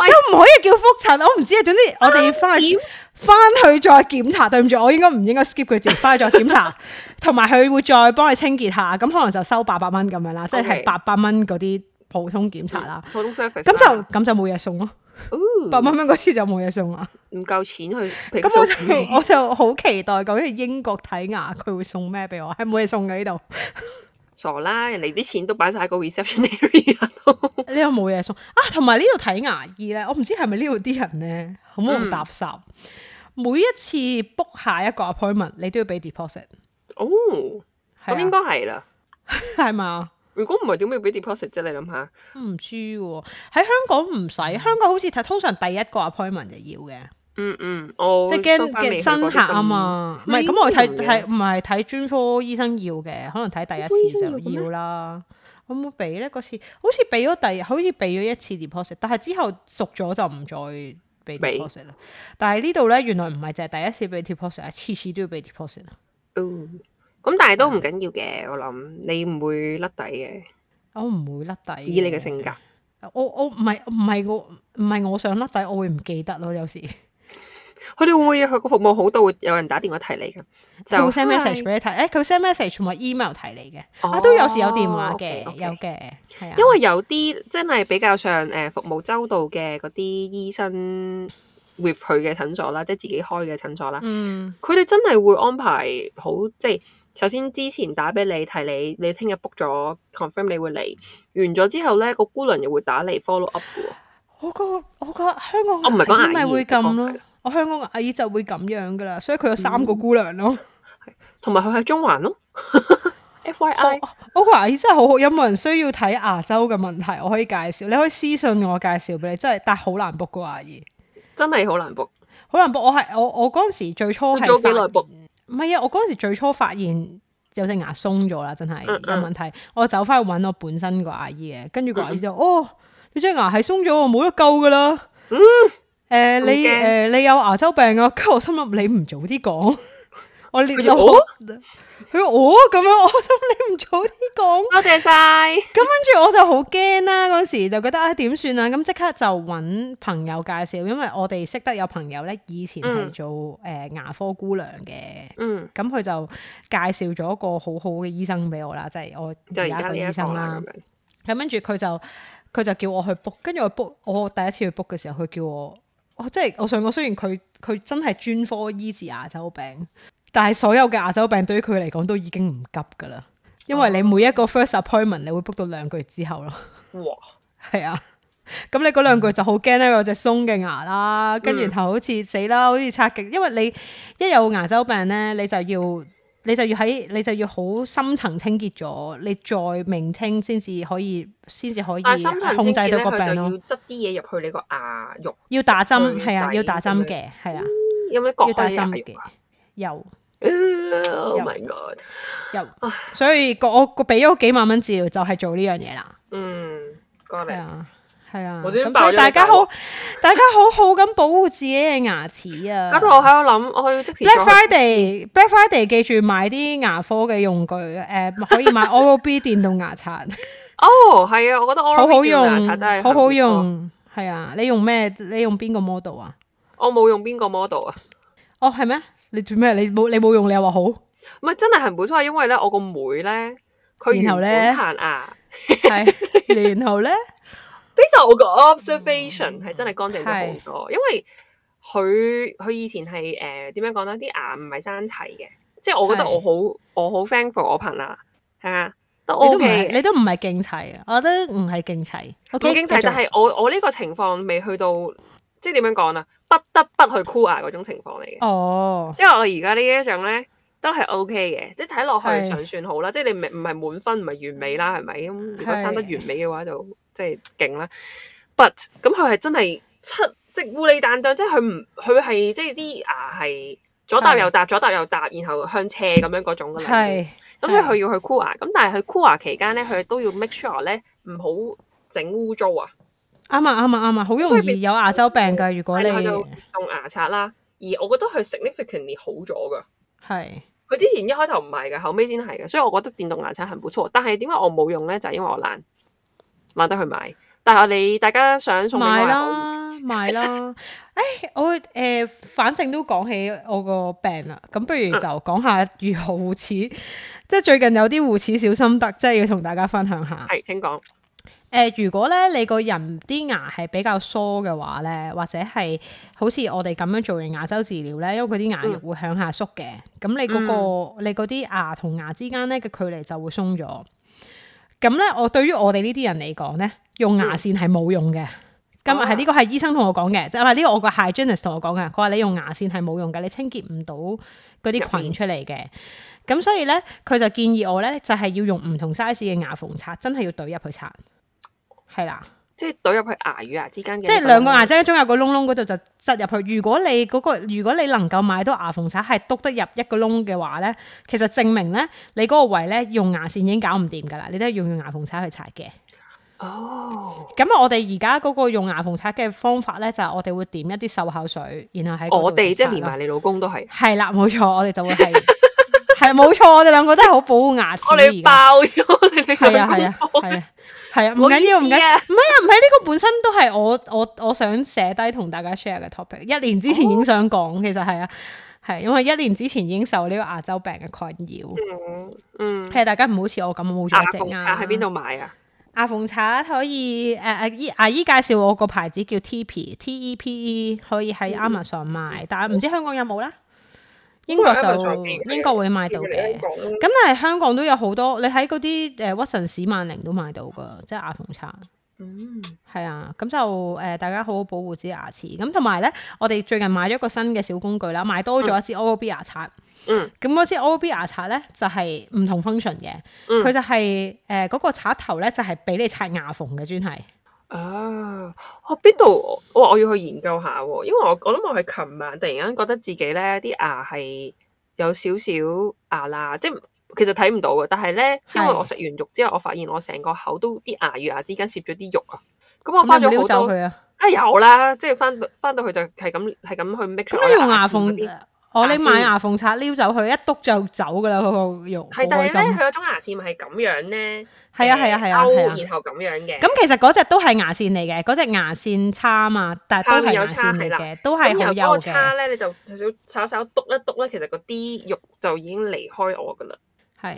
B: 喂，
A: 都唔可以叫復診，我唔知啊。總之我哋要翻去
B: 檢
A: 翻去再檢查，對唔住，我應該唔應該 skip 佢字，翻去再檢 查，同埋佢會再幫你清潔下，咁可能就收八百蚊咁樣啦，即
B: OK 嗯
A: 係八百蚊嗰啲普通檢查啦。
B: 普通 service 啊
A: 咁
B: 啦
A: 就咁就冇嘢送咯，
B: 哦
A: 八百蚊嗰次就冇嘢送啦。
B: 唔夠錢去平
A: 咁我
B: 數
A: 就我就好期待究竟英國睇牙佢會送咩俾我，係冇嘢送嘅呢度。
B: 傻啦，人哋啲錢都擺晒喺個 reception area 度。
A: 呢 度冇嘢送啊！同埋呢度睇牙醫咧，我唔知係咪呢度啲人咧好
B: 嗯
A: 冇搭霎。每一次 book 下一個 appointment，你都要俾 deposit，
B: 哦，咁
A: 係
B: 應
A: 啊
B: 該係啦。
A: 係嘛？
B: 如果唔係，點會俾 deposit 啫？你諗下，
A: 唔知喎，喺香港唔使，香港好似睇通常第一個 appointment 就要嘅，
B: 嗯嗯，我
A: 即係
B: 收
A: 驚
B: 返
A: 嘅
B: 未去過
A: 新
B: 啲
A: 客啊嘛。唔
B: 咁
A: 係咁，我睇
B: premium 嘅
A: 睇唔係睇專科醫生要嘅，可能睇第一次就要啦。我冇俾咧嗰次，好似俾咗第，好似俾咗一次 deposit，但係之後熟咗就唔再俾
B: 俾
A: deposit 啦。但係呢度咧，原來唔係淨係第一次俾 deposit，啊次次都要俾 deposit 啊。
B: 哦咁但係都唔緊要嘅，我諗你唔會甩底嘅，
A: 我唔會甩底。
B: 以你嘅性格，
A: 我我唔係唔係我唔係我想甩底，我會唔記得咯。有時
B: 佢哋會唔會佢個服務好到會有人打電話提你嘅？就
A: 佢會 send message
B: hi
A: 俾你睇，誒佢 send message 同埋 email 提你嘅，啊
B: 哦
A: 都有時有電話嘅，
B: OK，OK
A: 有嘅，係啊，
B: 因為有啲真係比較上誒、呃服務周到嘅嗰啲醫生 with 佢嘅診所啦，即係自己開嘅診所啦，
A: 嗯
B: 佢哋真係會安排好，即係首先之前打俾你提你，你聽日 book 咗 confirm 你會嚟，完咗之後咧個姑娘又會打嚟 follow up 嘅喎。
A: 我個我個香港
B: 我唔係講
A: 阿姨咪
B: 牙醫
A: 會咁
B: 我
A: 咯
B: 講係，
A: 我香港阿姨就會咁樣噶啦，所以佢有三個姑娘咯。
B: 同埋佢喺中環咯。F Y I，
A: 我我個阿姨真係好好，有冇人需要睇牙周嘅問題，我可以介紹，你可以私信我介紹俾你，真係但係好難 book 個阿姨，
B: 真係好難 book，
A: 好難 book。我係我我嗰陣時最初
B: 要
A: 係
B: 早幾耐
A: 發
B: book？
A: 唔係啊！我嗰陣時最初發現有隻牙鬆咗啦，真係有
B: 嗯嗯
A: 問題。我走翻去揾我本身個牙醫嘅，跟住個牙醫就哦，你隻牙係鬆咗，我冇得救噶啦。嗯，誒
B: 咁
A: 你
B: 驚
A: 誒你有牙周病啊？跟住我心諗你唔早啲 講，我連
B: 佢就哦
A: 佢話我咁樣，我心諗你唔早啲講。
B: 多謝晒。
A: 咁跟住我就好驚啦，嗰時就覺得啊點算啊？咁即刻就揾朋友介紹，因為我哋識得有朋友咧，以前係
B: 嗯
A: 做誒、呃牙科姑娘嘅。
B: 嗯，
A: 咁佢就介紹咗一個好好嘅醫生俾我啦，即係我
B: 就
A: 而
B: 而
A: 家個
B: 家呢
A: 醫
B: 一
A: 生
B: 個
A: 啦
B: 啦咁。樣。
A: 咁跟住佢就佢就叫我去 book，跟住我 book，我第一次去 book 嘅時候，佢叫我，我即係我想講，雖然佢佢真係專科醫治牙周病，但係所有嘅牙周病對於佢嚟講都已經唔急噶啦，因為你每一個 first appointment 你會 book 到兩個月之後咯。
B: 哇，
A: 係啊，咁你嗰兩
B: 嗯
A: 句就好驚咧，有隻鬆嘅牙啦，跟住然後好似死啦，好似刷極，因為你一有牙周病咧，你就要你就要喺你就要好深層清潔咗，你再明清先至可以先至可以
B: 但係啊深層
A: 控
B: 清
A: 制
B: 潔咧，
A: 到個
B: 佢就
A: 病
B: 要
A: 咯。
B: 擠啲嘢入去你個牙肉，
A: 要打針
B: 最
A: 係啊，
B: 底
A: 要打針
B: 咁樣
A: 嘅係啊，
B: 有冇得割
A: 要打
B: 開你牙
A: 針
B: 肉
A: 嘅有。
B: 啊？Oh my god！
A: 有，所以個我個俾咗幾萬蚊治療就係做呢樣嘢啦，
B: 嗯，過
A: 係
B: 嚟。
A: 啊，係啊，
B: 我都
A: 咁
B: 爆
A: 所以
B: 咗
A: 大
B: 你
A: 家
B: 大鑊
A: 好，大家好好咁保護自己嘅牙齒 啊！
B: 搞到我喺度諗，我要即時
A: Black
B: 再去
A: Friday Black Friday 記住買啲牙科嘅用具，誒、可以買 Oral B 電動牙刷，
B: 哦，係啊，我覺得
A: 好
B: Oral B
A: 好
B: 嘅牙刷
A: 用，好
B: 真係幸福
A: 好
B: 啊。
A: 用，係啊！你用咩？你用邊個 model 啊？
B: 我冇用邊個 model 啊？
A: 哦，係咩？你做咩？你冇你冇用，你又 話好？
B: 唔係真係恆本所係因為咧，我個妹咧，佢原
A: 然後
B: 本
A: 呢
B: 彈牙，
A: 係，然後咧，
B: 比就我個
A: 哦
B: observation 係真係乾淨咗好多，因為佢佢以前係誒點樣講咧？啲牙唔係生齊嘅，即係我覺得
A: 係
B: 我好我好 thankful 我棚牙係啊，都
A: 你都唔係
B: OK
A: 你都唔係勁齊啊！我覺得唔係勁齊
B: 唔
A: ，OK，
B: 經濟，
A: 繼續
B: 但係我我呢個情況未去到，即係點樣講啊？不得不去箍牙嗰種情況嚟嘅。
A: 哦，
B: 即係我而家呢一種咧，都係 O K 嘅，即係睇落去
A: 係
B: 尚算好啦。即係你唔唔係滿分，唔係完美啦，係咪？咁如果
A: 係
B: 生得完美嘅話，就即係勁啦。But 咁佢係真係七即係烏里蛋醬，即係佢唔佢係即係啲牙係左搭
A: 係
B: 右搭，左搭右搭，然後向斜咁樣嗰種㗎啦。
A: 係
B: 咁所以
A: 係
B: 佢要去箍牙，咁但係佢箍牙期間咧，佢都要 make sure 咧唔好整污糟啊。
A: 啱啊啱啊啱啊，好
B: 所以
A: 容
B: 變嗯
A: 易有牙周病㗎。如果你
B: 係佢就用牙刷啦，而我覺得佢 significantly 好咗㗎。
A: 係
B: 佢之前一開頭唔係嘅，後尾先係嘅，所以我覺得電動牙刷很不錯。但係點解我冇用咧？就係、因為我懶，懶得去買。但係我哋大家想送俾我
A: 買
B: 啦，
A: 啦買 啦，誒我誒反正都講起我個病啦，咁不如
B: 嗯
A: 就講下如何護齒，即係最近有啲護齒小心得，即係要同大家分享下。
B: 係請講。
A: 誒、呃如果咧你個人啲牙係比較疏嘅話咧，或者係好似我哋咁樣做完牙周治療咧，因為佢啲牙肉會向下縮嘅，咁、你嗰、個你嗰啲牙同牙之間咧嘅距離就會鬆咗。咁咧，我對於我哋呢啲人嚟講咧，用牙線係冇用嘅。咁
B: 哦
A: 係呢個係醫生同我講嘅，即係唔係呢個我個 hygienist 同我講嘅，佢話你用牙線係冇用嘅，你清潔唔到嗰
B: 入
A: 啲菌
B: 面
A: 出嚟嘅。咁所以咧，佢就建議我咧，就係、要用唔同 size 嘅牙縫刷，真係要懟入去刷，係啦，
B: 即係懟入去牙與牙之間嘅，
A: 即係兩個牙之中有個窿窿嗰度就塞入去。如果你嗰、個，如果你能夠買到牙縫刷係篤得入一個窿嘅話咧，其實證明咧你嗰個位咧用牙線已經搞唔掂㗎啦，你都係要用牙縫刷去刷嘅。
B: 哦，
A: 咁我哋而家嗰個用牙縫刷嘅方法咧，就係、我哋會點一啲漱口水，然後喺嗰度
B: 我哋即係
A: 刷
B: 連
A: 咯
B: 埋你老公都係，
A: 係啦，冇錯，我哋就會係 係冇錯，我哋兩個都係好保護牙齒
B: 我哋
A: 而家。
B: 爆咗你哋
A: 哦係啊
B: 兩
A: 係啊
B: 公婆
A: 係啊係啊，唔
B: 唔好意
A: 緊要唔緊
B: 思
A: 要，
B: 啊
A: 唔係啊唔係呢個本身都係我我我想寫低同大家 share 嘅 topic。一年之前已經想講，其實係啊係，因為一年之前已經受呢個牙周病嘅困擾。
B: 嗯，
A: 係啊大家唔好似我咁冇
B: 牙
A: 咗一隻
B: 縫
A: 牙。
B: 刷喺邊度？買啊？
A: 牙縫刷可以誒誒醫牙醫介紹我個牌子叫 Tepe T E P E，可以喺 Amazon 賣，但係唔知香港有冇咧？英國就英國會
B: 啊
A: 買到嘅。咁但係香港都有好多，你喺嗰啲誒屈臣氏、萬寧都買到噶，即係牙縫刷。
B: 嗯，
A: 係啊，咁就誒、呃大家好好保護自己牙齒。咁同埋咧，我哋最近買咗一個新嘅小工具啦，買多咗一支 Oral B 牙刷。
B: 嗯，
A: 咁嗰支 Oral B 牙刷咧就係、唔同 function 嘅，
B: 嗯
A: 佢、就係誒嗰個刷頭咧就係、俾你刷牙縫嘅專係。
B: 啊！我邊度？我我要去研究下喎，因為我我諗我係琴晚突然間覺得自己咧啲牙係有少少牙罅，即係其實睇唔到嘅。但係咧，因為
A: 係
B: 我食完肉之後，我發現我成個口都啲牙與牙之間攝咗啲肉啊。咁我
A: 咁
B: 翻
A: 你有冇
B: 咗
A: 撩
B: 好
A: 走
B: 多，
A: 佢啊？
B: 梗係有啦，即係翻到翻到去就係咁係咁去 make
A: 咁
B: sure
A: 你
B: 我
A: 用牙
B: 線嗰啲
A: 縫，呃我你
B: 線
A: 買牙縫刷撩走佢，一篤就走噶啦，嗰個肉好
B: 係，但
A: 開
B: 係咧
A: 心。
B: 佢有種牙線咪係咁樣咧，
A: 係啊係啊係啊係
B: 誒勾
A: 啊。
B: 然後咁樣嘅。
A: 咁其實嗰只都係牙線嚟嘅，嗰只牙線叉啊嘛，但係都係牙線嚟
B: 叉面有叉
A: 嘅，都係
B: 咁然
A: 好
B: 後嗰
A: 幼
B: 個叉
A: 嘅。
B: 咧，你就少少稍稍篤一篤咧，其實嗰啲肉就已經離開我噶啦。
A: 係，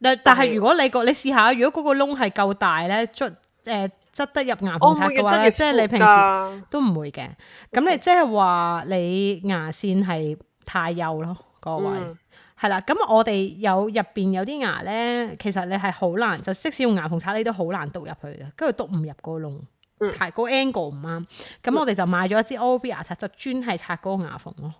A: 但但
B: 但
A: 係
B: 係
A: 如果你個你試下，如果嗰個窿係夠大咧，捽誒執得入牙
B: 哦
A: 縫
B: 我
A: 刷
B: 每月
A: 嘅話
B: 真
A: 咧，
B: 月
A: 即係你平時
B: 時
A: 都唔會嘅。咁你即係話你牙線係太幼咯，嗰個位。
B: 嗯
A: 係啦，咁我哋有入邊有啲牙咧，其實你係好難，就即使用牙縫刷，你都好難篤入去嘅，跟住篤唔入個窿，
B: 嗯
A: 太個 angle 唔啱。咁我哋就買咗一支 O B 牙刷，就專係刷嗰個牙縫咯。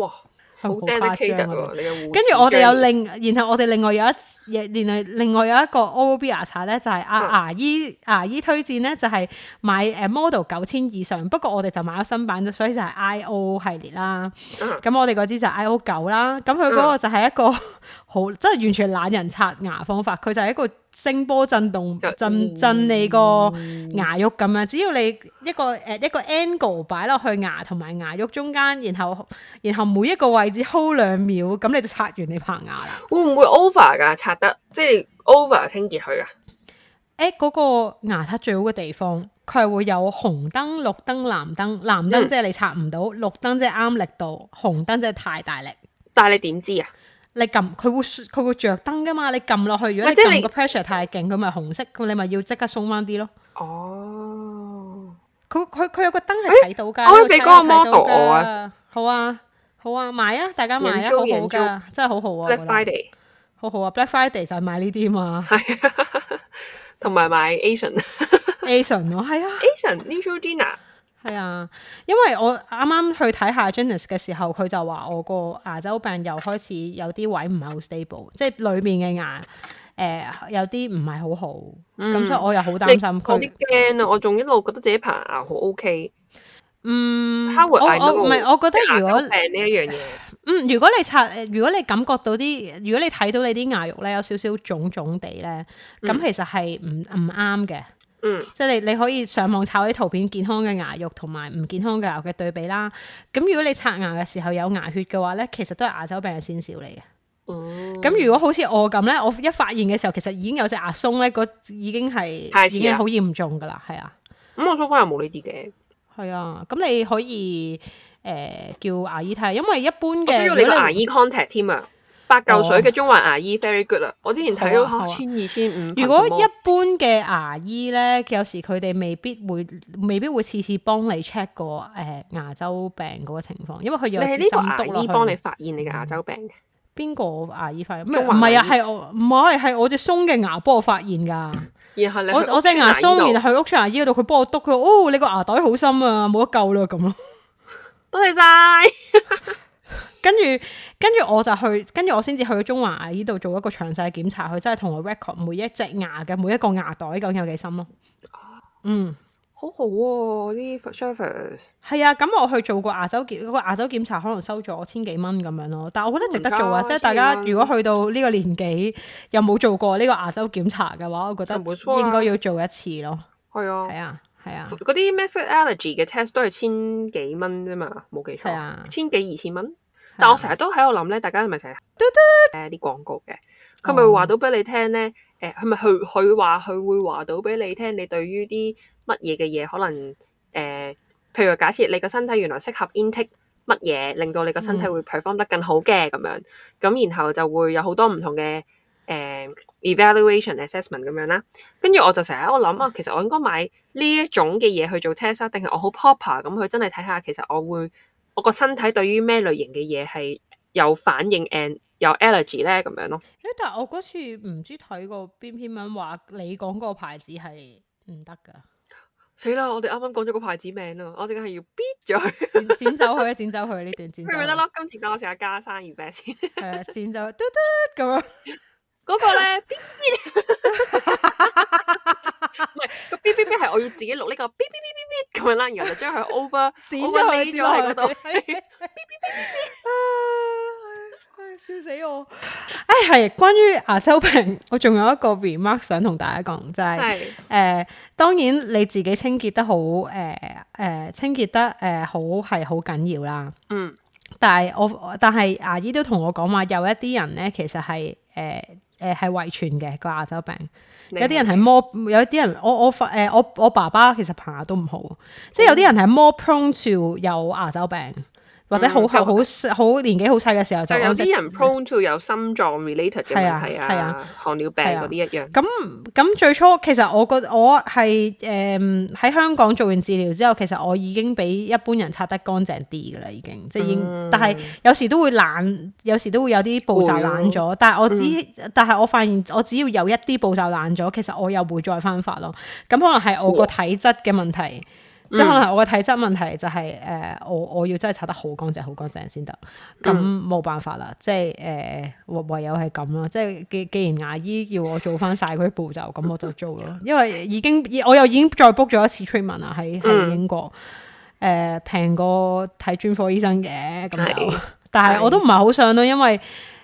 B: 哇！好
A: 好誇
B: dedicated
A: 張啊我哋
B: 喎，你嘅護士
A: 跟住我哋有
B: 姜
A: 另，然後我哋另外有一，然後另外有一個 Oral B 牙刷咧，就係、阿、
B: 嗯
A: 牙醫牙醫推薦咧，就係、買誒 model 九千以上，不過我哋就買咗新版，所以就係 I O 系列啦。
B: 嗯
A: 咁我哋嗰支就 I O 九啦，咁佢嗰個就係一個 好，即係完全懶人刷牙方法，佢就係一個聲波震動
B: 就嗯
A: 震震你個牙肉咁啊樣，只要你一個誒、呃一個 angle 擺落去牙同埋牙肉中間，然後然後每一個位置 hold 兩秒，咁你就刷完你棚牙啦。
B: 會唔會 over 㗎？刷得即係 over 清潔佢啊？
A: 誒嗰、個牙刷最好嘅地方，佢係會有紅燈、綠燈、藍燈，藍燈
B: 嗯
A: 即係你刷唔到，綠燈即係啱力度，紅燈即係太大力。
B: 但係你點知啊？
A: 你撳佢會佢會着燈噶嘛？你撳落去，如果
B: 咪
A: 你
B: 即係你
A: 撳個 pressure 太勁，佢咪紅色，咁你咪要即刻鬆翻啲咯。
B: 哦，
A: 佢佢佢有個燈係睇到㗎，
B: 欸我可以
A: 有個
B: 俾
A: 掣係
B: 嗰個
A: 睇到
B: model 我
A: 㗎。好啊，好啊，買啊，大家買
B: 人
A: 啊，
B: 造
A: 好好
B: 人
A: 㗎
B: 造，
A: 真係好好啊
B: Black
A: 我覺得
B: Friday
A: 好好啊，Black Friday 就係買呢啲嘛
B: 係啊，同埋買 Asian
A: ，Asian 咯，係啊。
B: Asian Neutrogena
A: 係啊，因為我啱啱去睇下 j a n i c e 嘅時候，佢就話我個牙周病又開始有啲位唔係好 stable，即係裏面嘅牙誒、有啲唔係好好，咁、
B: 嗯
A: 所以我又好擔
B: 你
A: 心佢
B: 我啲。驚啊！我仲一路覺得自己棚牙好 OK。
A: 嗯，
B: How
A: 我
B: would I
A: 我唔
B: know？
A: 係，我覺得如果
B: 即係牙周病呢一樣嘢，
A: 嗯，如果你刷，呃如果你感覺到啲，如果你睇到你啲牙肉咧有少少腫腫地咧，咁、
B: 嗯
A: 其實係唔唔啱嘅。
B: 嗯
A: 即係你你可以上網抄啲圖片，健康嘅牙肉同埋唔健康嘅牙肉嘅對比啦。咁如果你刷牙嘅時候有牙血嘅話咧，其實都係牙周病嘅先兆嚟嘅。
B: 嗯，
A: 咁、如果好似我咁咧，我一發現嘅時候，其實已經有隻牙鬆咧，嗰已經係
B: 太
A: 已
B: 遲啦
A: 經好嚴重噶啦，係啊，
B: 咁我 so far 又冇呢啲嘅，
A: 係啊。咁你可以誒、呃叫牙醫睇下，因為一般
B: 我
A: 嘅
B: 需要你
A: 如
B: 個
A: 果
B: 牙醫 contact 添啊！八嚿水嘅中環牙醫 very good 啦，我之前睇到
A: 好啊
B: 嚇
A: 好啊
B: 千二千五。
A: 如果一般嘅牙醫咧，有時佢哋未必會，未必會次次幫你 check 個誒、呃牙周病嗰個情況，因為佢
B: 你
A: 有
B: 係
A: 支
B: 呢個
A: 針
B: 牙
A: 篤
B: 醫幫
A: 落
B: 你
A: 去。
B: 發現你嘅牙周病嘅，
A: 嗯邊個牙醫發現？唔
B: 中華
A: 係
B: 牙
A: 啊，係我唔係係我隻鬆嘅牙幫我發現㗎。
B: 然後你去
A: 我我隻
B: 屋村
A: 牙
B: 醫
A: 鬆，
B: 度
A: 然後去屋村牙醫嗰度，佢幫我篤佢話，哦，你個牙袋好深啊，冇得救啦咁咯。
B: 多謝晒。
A: 跟住跟住我就去，跟住我先至去中華牙醫度做一個詳細檢查，佢真係同我 record 每一隻牙嘅每一個牙袋究竟有幾深咯。
B: 啊
A: 嗯。
B: 好好喎啲 service，
A: 係啊，咁我去做過牙周檢，嗰個牙周檢查可能收咗我千幾蚊咁樣咯，但係我覺得值得做啊！
B: 唔錯
A: 即係大家
B: 千幾蚊
A: 如果去到呢個年紀又冇做過呢個牙周檢查嘅話，我覺得
B: 唔錯啊
A: 應該要做一次咯。
B: 係啊
A: 係，啊，係啊，
B: 嗰啲 method allergy 嘅 test 都係千幾蚊啫嘛，冇記
A: 係
B: 錯，
A: 啊。
B: 千幾二千蚊。但我成日都喺度諗咧，大家係咪成日誒啲廣告嘅，佢咪會話到俾你聽咧？誒，佢咪佢佢話佢會話到俾你聽，你對於啲乜嘢嘅嘢可能誒、呃譬如假設你個身體原來適合 intake 乜嘢，令到你個身體
A: 嗯
B: 會 perform 得更好嘅咁樣，咁然後就會有好多唔同嘅誒、呃 evaluation assessment 咁樣啦。跟住我就成日喺度諗啊，其實我應該買呢一種嘅嘢去做 test 啊，定係我好 proper 咁去真係睇下，其實我會我個身體對於咩類型嘅嘢係有反應 and 有 allergy 咧咁樣咯。
A: 誒，但係我嗰次唔知睇過邊篇文話你講嗰個牌子係唔得㗎，
B: 死啦！我哋啱啱講咗個牌子名啦，我淨係要 bit 咗佢，
A: 剪剪走佢，剪走佢呢段 剪走
B: 佢咪
A: 佢。
B: 得咯。今次等我試下加生二 b 先。
A: 係啊，剪走嘟嘟咁樣。
B: 嗰個咧 b 唔係個 b b b 係我要自己錄呢個 b b b b 咁樣啦，然後就將佢 over
A: 剪咗佢，
B: overlay
A: 剪
B: 咗喺
A: 咗
B: 嗰
A: 佢，
B: 度
A: 係啊唉笑死我！唉，係關於牙周病，我仲有一個 remark 想同大家講，就係、誒、
B: 係
A: 當然你自己清潔得好，誒、誒清潔得誒、好係好緊要啦。
B: 嗯
A: 但係我但係牙醫都同我講話，有一啲人咧其實係誒誒係遺傳嘅個牙周病，
B: 你
A: 有啲人係 more，有啲人我我發誒、我我爸爸其實棚牙都唔好，即係有啲人係 more prone to 有牙周病，或者好
B: 嗯
A: 後
B: 就
A: 好好年紀好細嘅時候就
B: 就有
A: 有隻
B: 啲人 prone to 有心臟 related 嘅
A: 係啊
B: 問題
A: 係
B: 啊
A: 啊，
B: 糖尿病
A: 係啊
B: 嗰啲一樣。
A: 咁咁最初其實我覺我係誒嗯喺香港做完治療之後，其實我已經比一般人刷得乾淨啲㗎啦，已經即係已經，
B: 嗯
A: 但係有時都會懶，有時都會有啲步驟懶咗。但係我只、但係我發現我只要有一啲步驟懶咗，其實我又會再翻發咯。咁可能係我個體質嘅問題。
B: 嗯
A: 即係可能我嘅體質問題就係、呃我我要真係擦得好乾淨、好乾淨先得，咁
B: 嗯
A: 冇辦法啦，即係誒、呃唯唯有係咁啦，即係既既然牙醫要我做翻晒嗰啲步驟，咁我就做 咯，因為已經我又已經再 book 咗一次 treatment 啦，喺喺
B: 嗯
A: 英國，誒平過睇專科醫生嘅咁就
B: 係，
A: 但係
B: 係
A: 我都唔係好想咯，因為。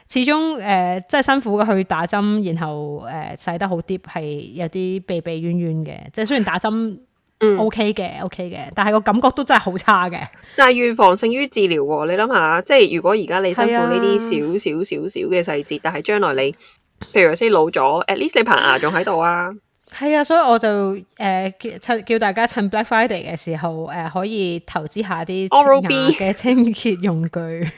A: 始終誒、呃即係辛苦嘅去打針，然後誒、呃、洗得好啲係有啲鼻鼻冤冤嘅，即係雖然打針
B: 嗯
A: O K 嘅，O K 嘅，但係個感覺都真係好差嘅。
B: 但係預防勝於治療喎，你諗下，即係如果而家你辛苦
A: 係啊
B: 呢啲少少少少嘅細節，但係將來你，譬如先老咗，at least 你棚牙仲喺 度啊，
A: 係啊，所以我就誒、呃叫趁叫大家趁 Black Friday 嘅時候誒、呃可以投資下啲
B: Oral
A: 牙嘅清潔用具。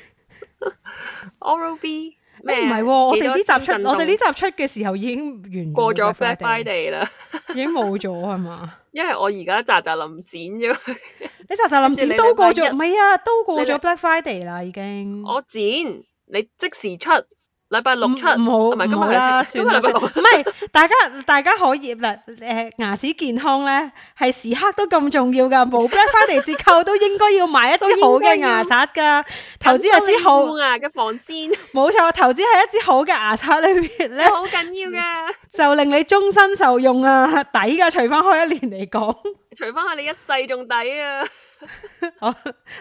B: Oral B 咩
A: 誒唔
B: 啊？
A: 係喎，我哋呢
B: 幾多
A: 集出
B: 支震
A: 我哋呢
B: 動
A: 集出嘅時候已經完
B: 過
A: 咗
B: 咗
A: Black
B: Black
A: Friday，
B: Friday 啦，
A: 已經冇咗係嘛？
B: 因為我而家扎扎林剪咗佢，
A: 你就就諗
B: 跟住
A: 剪
B: 你
A: 都過咗，
B: 禮拜一
A: 唔係啊，都過
B: 你
A: 咗
B: 禮
A: Black Friday 啦，已經。
B: 我剪你即時出，禮拜六
A: 唔
B: 出，
A: 唔好
B: 同埋今
A: 唔
B: 日
A: 好啦，
B: 係今
A: 算
B: 日
A: 啦，
B: 禮
A: 算
B: 拜六
A: 啦唔係大家大家可以嗱誒牙齒健康咧係時刻都咁重要 噶，冇 Black Friday 折扣都應該要買一支好嘅牙刷噶，投資一支好
B: 緊張你護牙嘅防線，
A: 冇錯，投資喺一支好嘅牙刷裏邊 咧，
B: 好緊要噶。
A: 就令你終身受用啊，抵噶，除翻開一年嚟講，
B: 除翻下你一世仲抵啊。
A: 我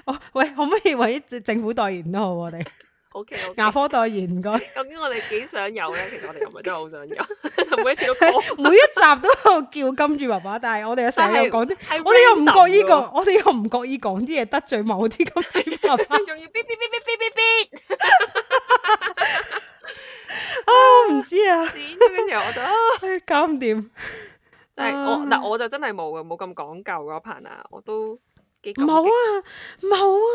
A: 我喂可唔可以為啲政府代言都好，我哋
B: O K，
A: 牙科代言唔該，
B: 究竟我哋幾想有咧？其實我哋又唔係真係好想有， 每一次都
A: 每
B: 講。
A: 一集都有叫金主爸爸，但係我哋又成日又講啲。
B: 係
A: 我哋又唔覺意
B: random
A: 講，我哋又唔覺意講啲嘢得罪某啲咁嘅爸 爸
B: 㗎，仲要嗶嗶嗶嗶嗶嗶嗶，
A: 啊！我唔知啊，
B: 剪咗跟住我就啊，
A: 唉搞唔 掂。
B: 就
A: 啊
B: 係我嗱我就真係冇嘅，冇咁講究嗰棚牙，我都幾
A: 唔好，啊，唔好啊，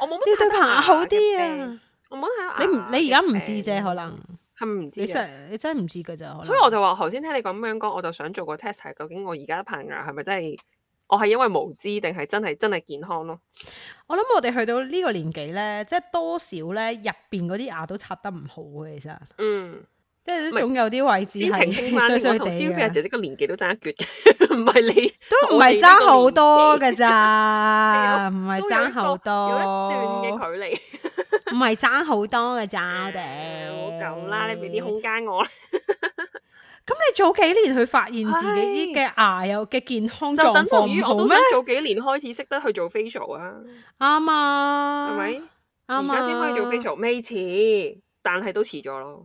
B: 我冇乜
A: 你對
B: 睇得
A: 棚牙好啲
B: 嘅病，
A: 啊！
B: 我冇睇
A: 你唔
B: 得牙
A: 你而家唔
B: 嘅
A: 知
B: 病
A: 啫，可能
B: 係咪唔知
A: 你
B: 嘅。
A: 真你真係唔知㗎咋，可能。
B: 所以我就話頭先聽你咁樣講，我就想做個 test，係究竟我而家棚牙係咪真係我係因為無知定係真係真係健康咯？
A: 我諗我哋去到呢個年紀咧，即係多少咧入邊嗰啲牙都刷得唔好嘅，其實
B: 嗯。
A: 即係
B: 咪
A: 總有啲位置
B: 先澄清
A: 係
B: 翻，
A: 衰
B: 我
A: 衰
B: 同
A: 地啊
B: Sylvia 姐
A: 嘅，
B: 姐個年紀都爭一橛嘅，唔係你
A: 都唔係爭好多㗎 咋，唔係爭好
B: 啊
A: 哦
B: 有一
A: 多，
B: 段嘅距 離。
A: 唔係爭好多㗎咋，我哋
B: 冇咁啦，你俾啲空間我啦。
A: 咁你早幾年去發現自己嘅牙有嘅健康
B: 就
A: 狀
B: 等
A: 況
B: 同於
A: 唔
B: 我
A: 好
B: 都
A: 咩
B: 想？早幾年開始識得去做 facial 啊，
A: 啱啊，
B: 係咪？而
A: 啱啊，
B: 家先可以做 facial，未遲，但係都遲咗咯。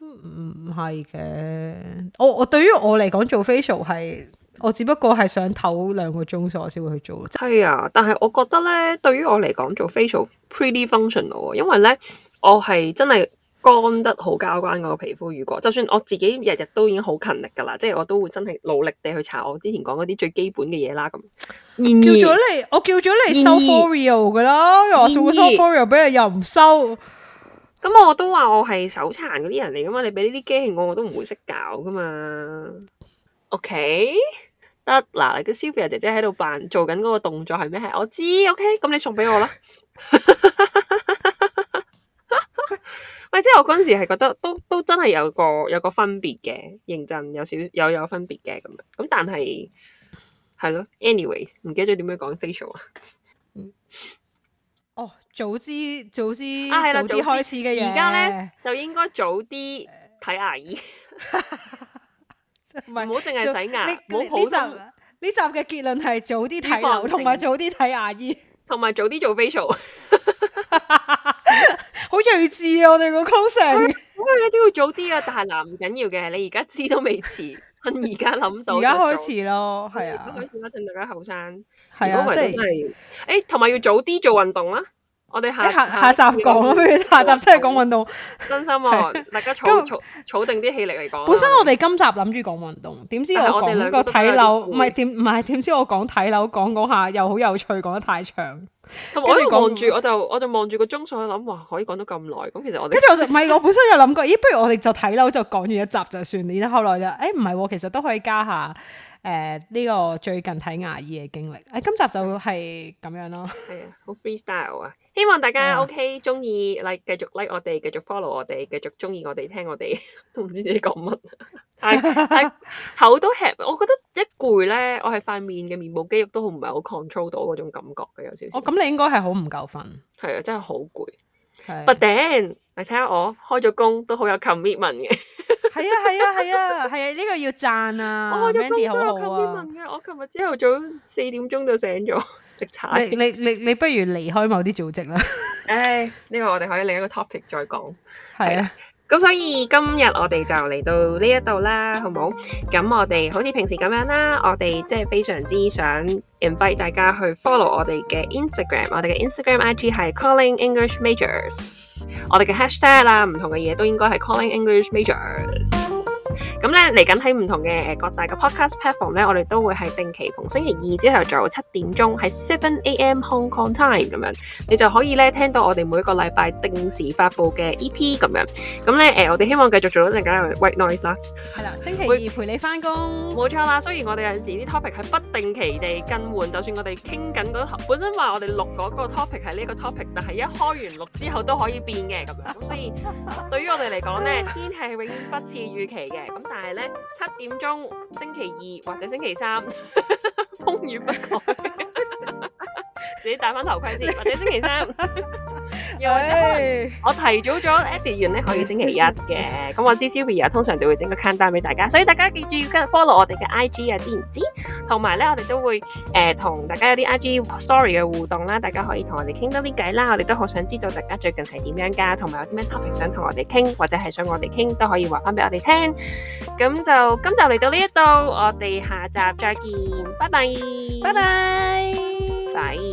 A: 都唔係嘅。我我對於我嚟講做 facial 係，我只不過係想唞兩個鐘，所以我先會去做。
B: 係啊，但係我覺得咧，對於我嚟講做 facial pretty functional 喎，因為咧我係真係乾得好交關嗰個皮膚。如果就算我自己日日都已經好勤力㗎啦，即係我都會真係努力地去搽我之前講嗰啲最基本嘅嘢啦。咁
A: 叫
B: 然
A: 咗
B: 而
A: 你，我叫咗你
B: 然
A: 收
B: 而
A: Forio 噶啦，又話送個
B: 然
A: 收
B: 而
A: Forio 俾你，又唔收。
B: 咁我都話我係手殘嗰啲人嚟㗎嘛，你俾呢啲機器我我都唔會識搞㗎嘛。OK，得嗱，你個 Sylvia 姐姐喺度扮做緊嗰個動作係咩？係我知，OK，咁你送俾我啦。喂，即係我嗰陣時係覺得都都真係有個有個分別嘅，認真有少有有分別嘅咁樣。咁但係係咯，anyways，唔記得咗點樣講 facial 啊？
A: 哦，早知早知
B: 啊係
A: 早
B: 啦
A: 啲
B: 早
A: 開
B: 知
A: 始嘅嘢，
B: 而家 咧就應該早啲睇牙醫，
A: 唔
B: 唔好
A: 係
B: 淨係洗牙，
A: 呢
B: 唔好
A: 呢
B: 普
A: 呢集
B: 通。
A: 呢集嘅結論係早啲
B: 脂
A: 睇
B: 肪
A: 樓，同埋
B: 性
A: 早啲睇牙醫。
B: 同埋早啲做 facial，
A: 好睿智啊！我哋個 closing，
B: 因為都要早啲啊。但係嗱，唔緊要嘅，你而家知都未遲，趁而家諗到
A: 而家
B: 就做
A: 開，始咯，係 啊
B: 而，家開始啦，趁大家後生。
A: 係
B: 如
A: 啊，
B: 果唔
A: 即
B: 係都
A: 係
B: 真係，誒，同埋要早啲做運動啦。我哋下
A: 誒下下集講 啦，不如 下集真係講運動。
B: 啊真心喎，大家
A: 咁
B: 儲儲儲定啲氣力嚟講啦。啊
A: 本身我哋今集諗住講運動，點知我
B: 但係我哋
A: 講
B: 兩
A: 個
B: 個都
A: 睇
B: 有
A: 樓，
B: 啲
A: 唔係點唔係點知我講睇樓講講下又好有趣，講得太長。
B: 同埋我
A: 跟
B: 一
A: 住
B: 路
A: 講
B: 望住，我就我就望住個鐘數，諗哇，可以講到咁耐。咁其實我
A: 跟
B: 哋
A: 住我就唔係，我本身有諗過，咦，不如我哋就睇樓就講完一集就算。然後後來就誒唔係喎，其實都可以加下誒呢個最近睇牙醫嘅經歷。誒今集就係咁樣咯。
B: 係啊，好 freestyle 啊！希望大
A: 係啊
B: 家 OK 中 意 like 繼續 like 我哋，繼續 follow 我哋，繼續中意我哋聽我哋，都唔知自己講乜。但係但係口都吃，我覺得一攰咧，我係塊面嘅面部肌肉都好唔係好 control 到嗰種感覺嘅，有少少
A: 我。哦咁你應該係好唔夠瞓。
B: 係啊，真係好攰。
A: 係
B: But then，你睇下我開咗工都好有 commitment 嘅，
A: 係啊係啊係啊係啊！呢個要讚啊
B: 我開咗工都
A: ，Mandy
B: 有
A: 好好啊
B: commitment。嘅。我琴日朝頭早四點鐘就醒咗，直踩
A: 你。你你你不如離開某啲組織 啦。
B: 唉，呢個我哋可以另一個 topic 再講。
A: 係啊，
B: 咁所以今日我哋就嚟到呢一度啦，好冇？咁我哋好似平時咁樣啦，我哋即係非常之想 invite 大家去 follow 我哋嘅 Instagram，我哋嘅 Instagram IG 係 Calling English Majors，我哋嘅 hashtag 啦，唔同嘅嘢都應該係 Calling English Majors。咁咧嚟緊喺唔同嘅誒各大嘅 podcast platform 咧，我哋都會係定期逢星期二朝頭早七點鐘係 seven a.m. Hong Kong time 咁樣，你就可以咧聽到我哋每個禮拜定時發布嘅 EP 咁樣。咁咧誒，我哋希望繼續做到一陣間嘅 white noise 啦。
A: 係啦，星期
B: 會
A: 二陪你翻工。
B: 冇錯啦，雖然我哋有陣時啲 topic 係不定期地更換，就算我哋傾緊嗰本身話我哋錄嗰個 topic 係呢個 topic，但係一開完錄之後都可以變嘅咁樣。咁所以對於我哋嚟講咧，天氣係永遠不似預期嘅。咁但係咧，七點鐘星期二或者星期三 風雨不改，自己戴翻頭盔先，或者星期三，又或者可能。
A: 唉
B: 我提早咗 edit 完咧，可以星期一嘅。咁我知 Sylvia 通常就會整個 countdown 俾大家，所以大家記住要跟 follow 我哋嘅 IG 啊，知唔知？同埋咧，我哋都會誒同、大家有啲 IG story 嘅互動啦，大家可以同我哋傾多啲偈啦。我哋都好想知道大家最近係點樣㗎，同埋有啲咩 topic 想同我哋傾，或者係想我哋傾都可以話翻俾我哋聽。咁就今集嚟到呢一度，我哋下集再見，拜拜，
A: 拜拜。
B: 拜。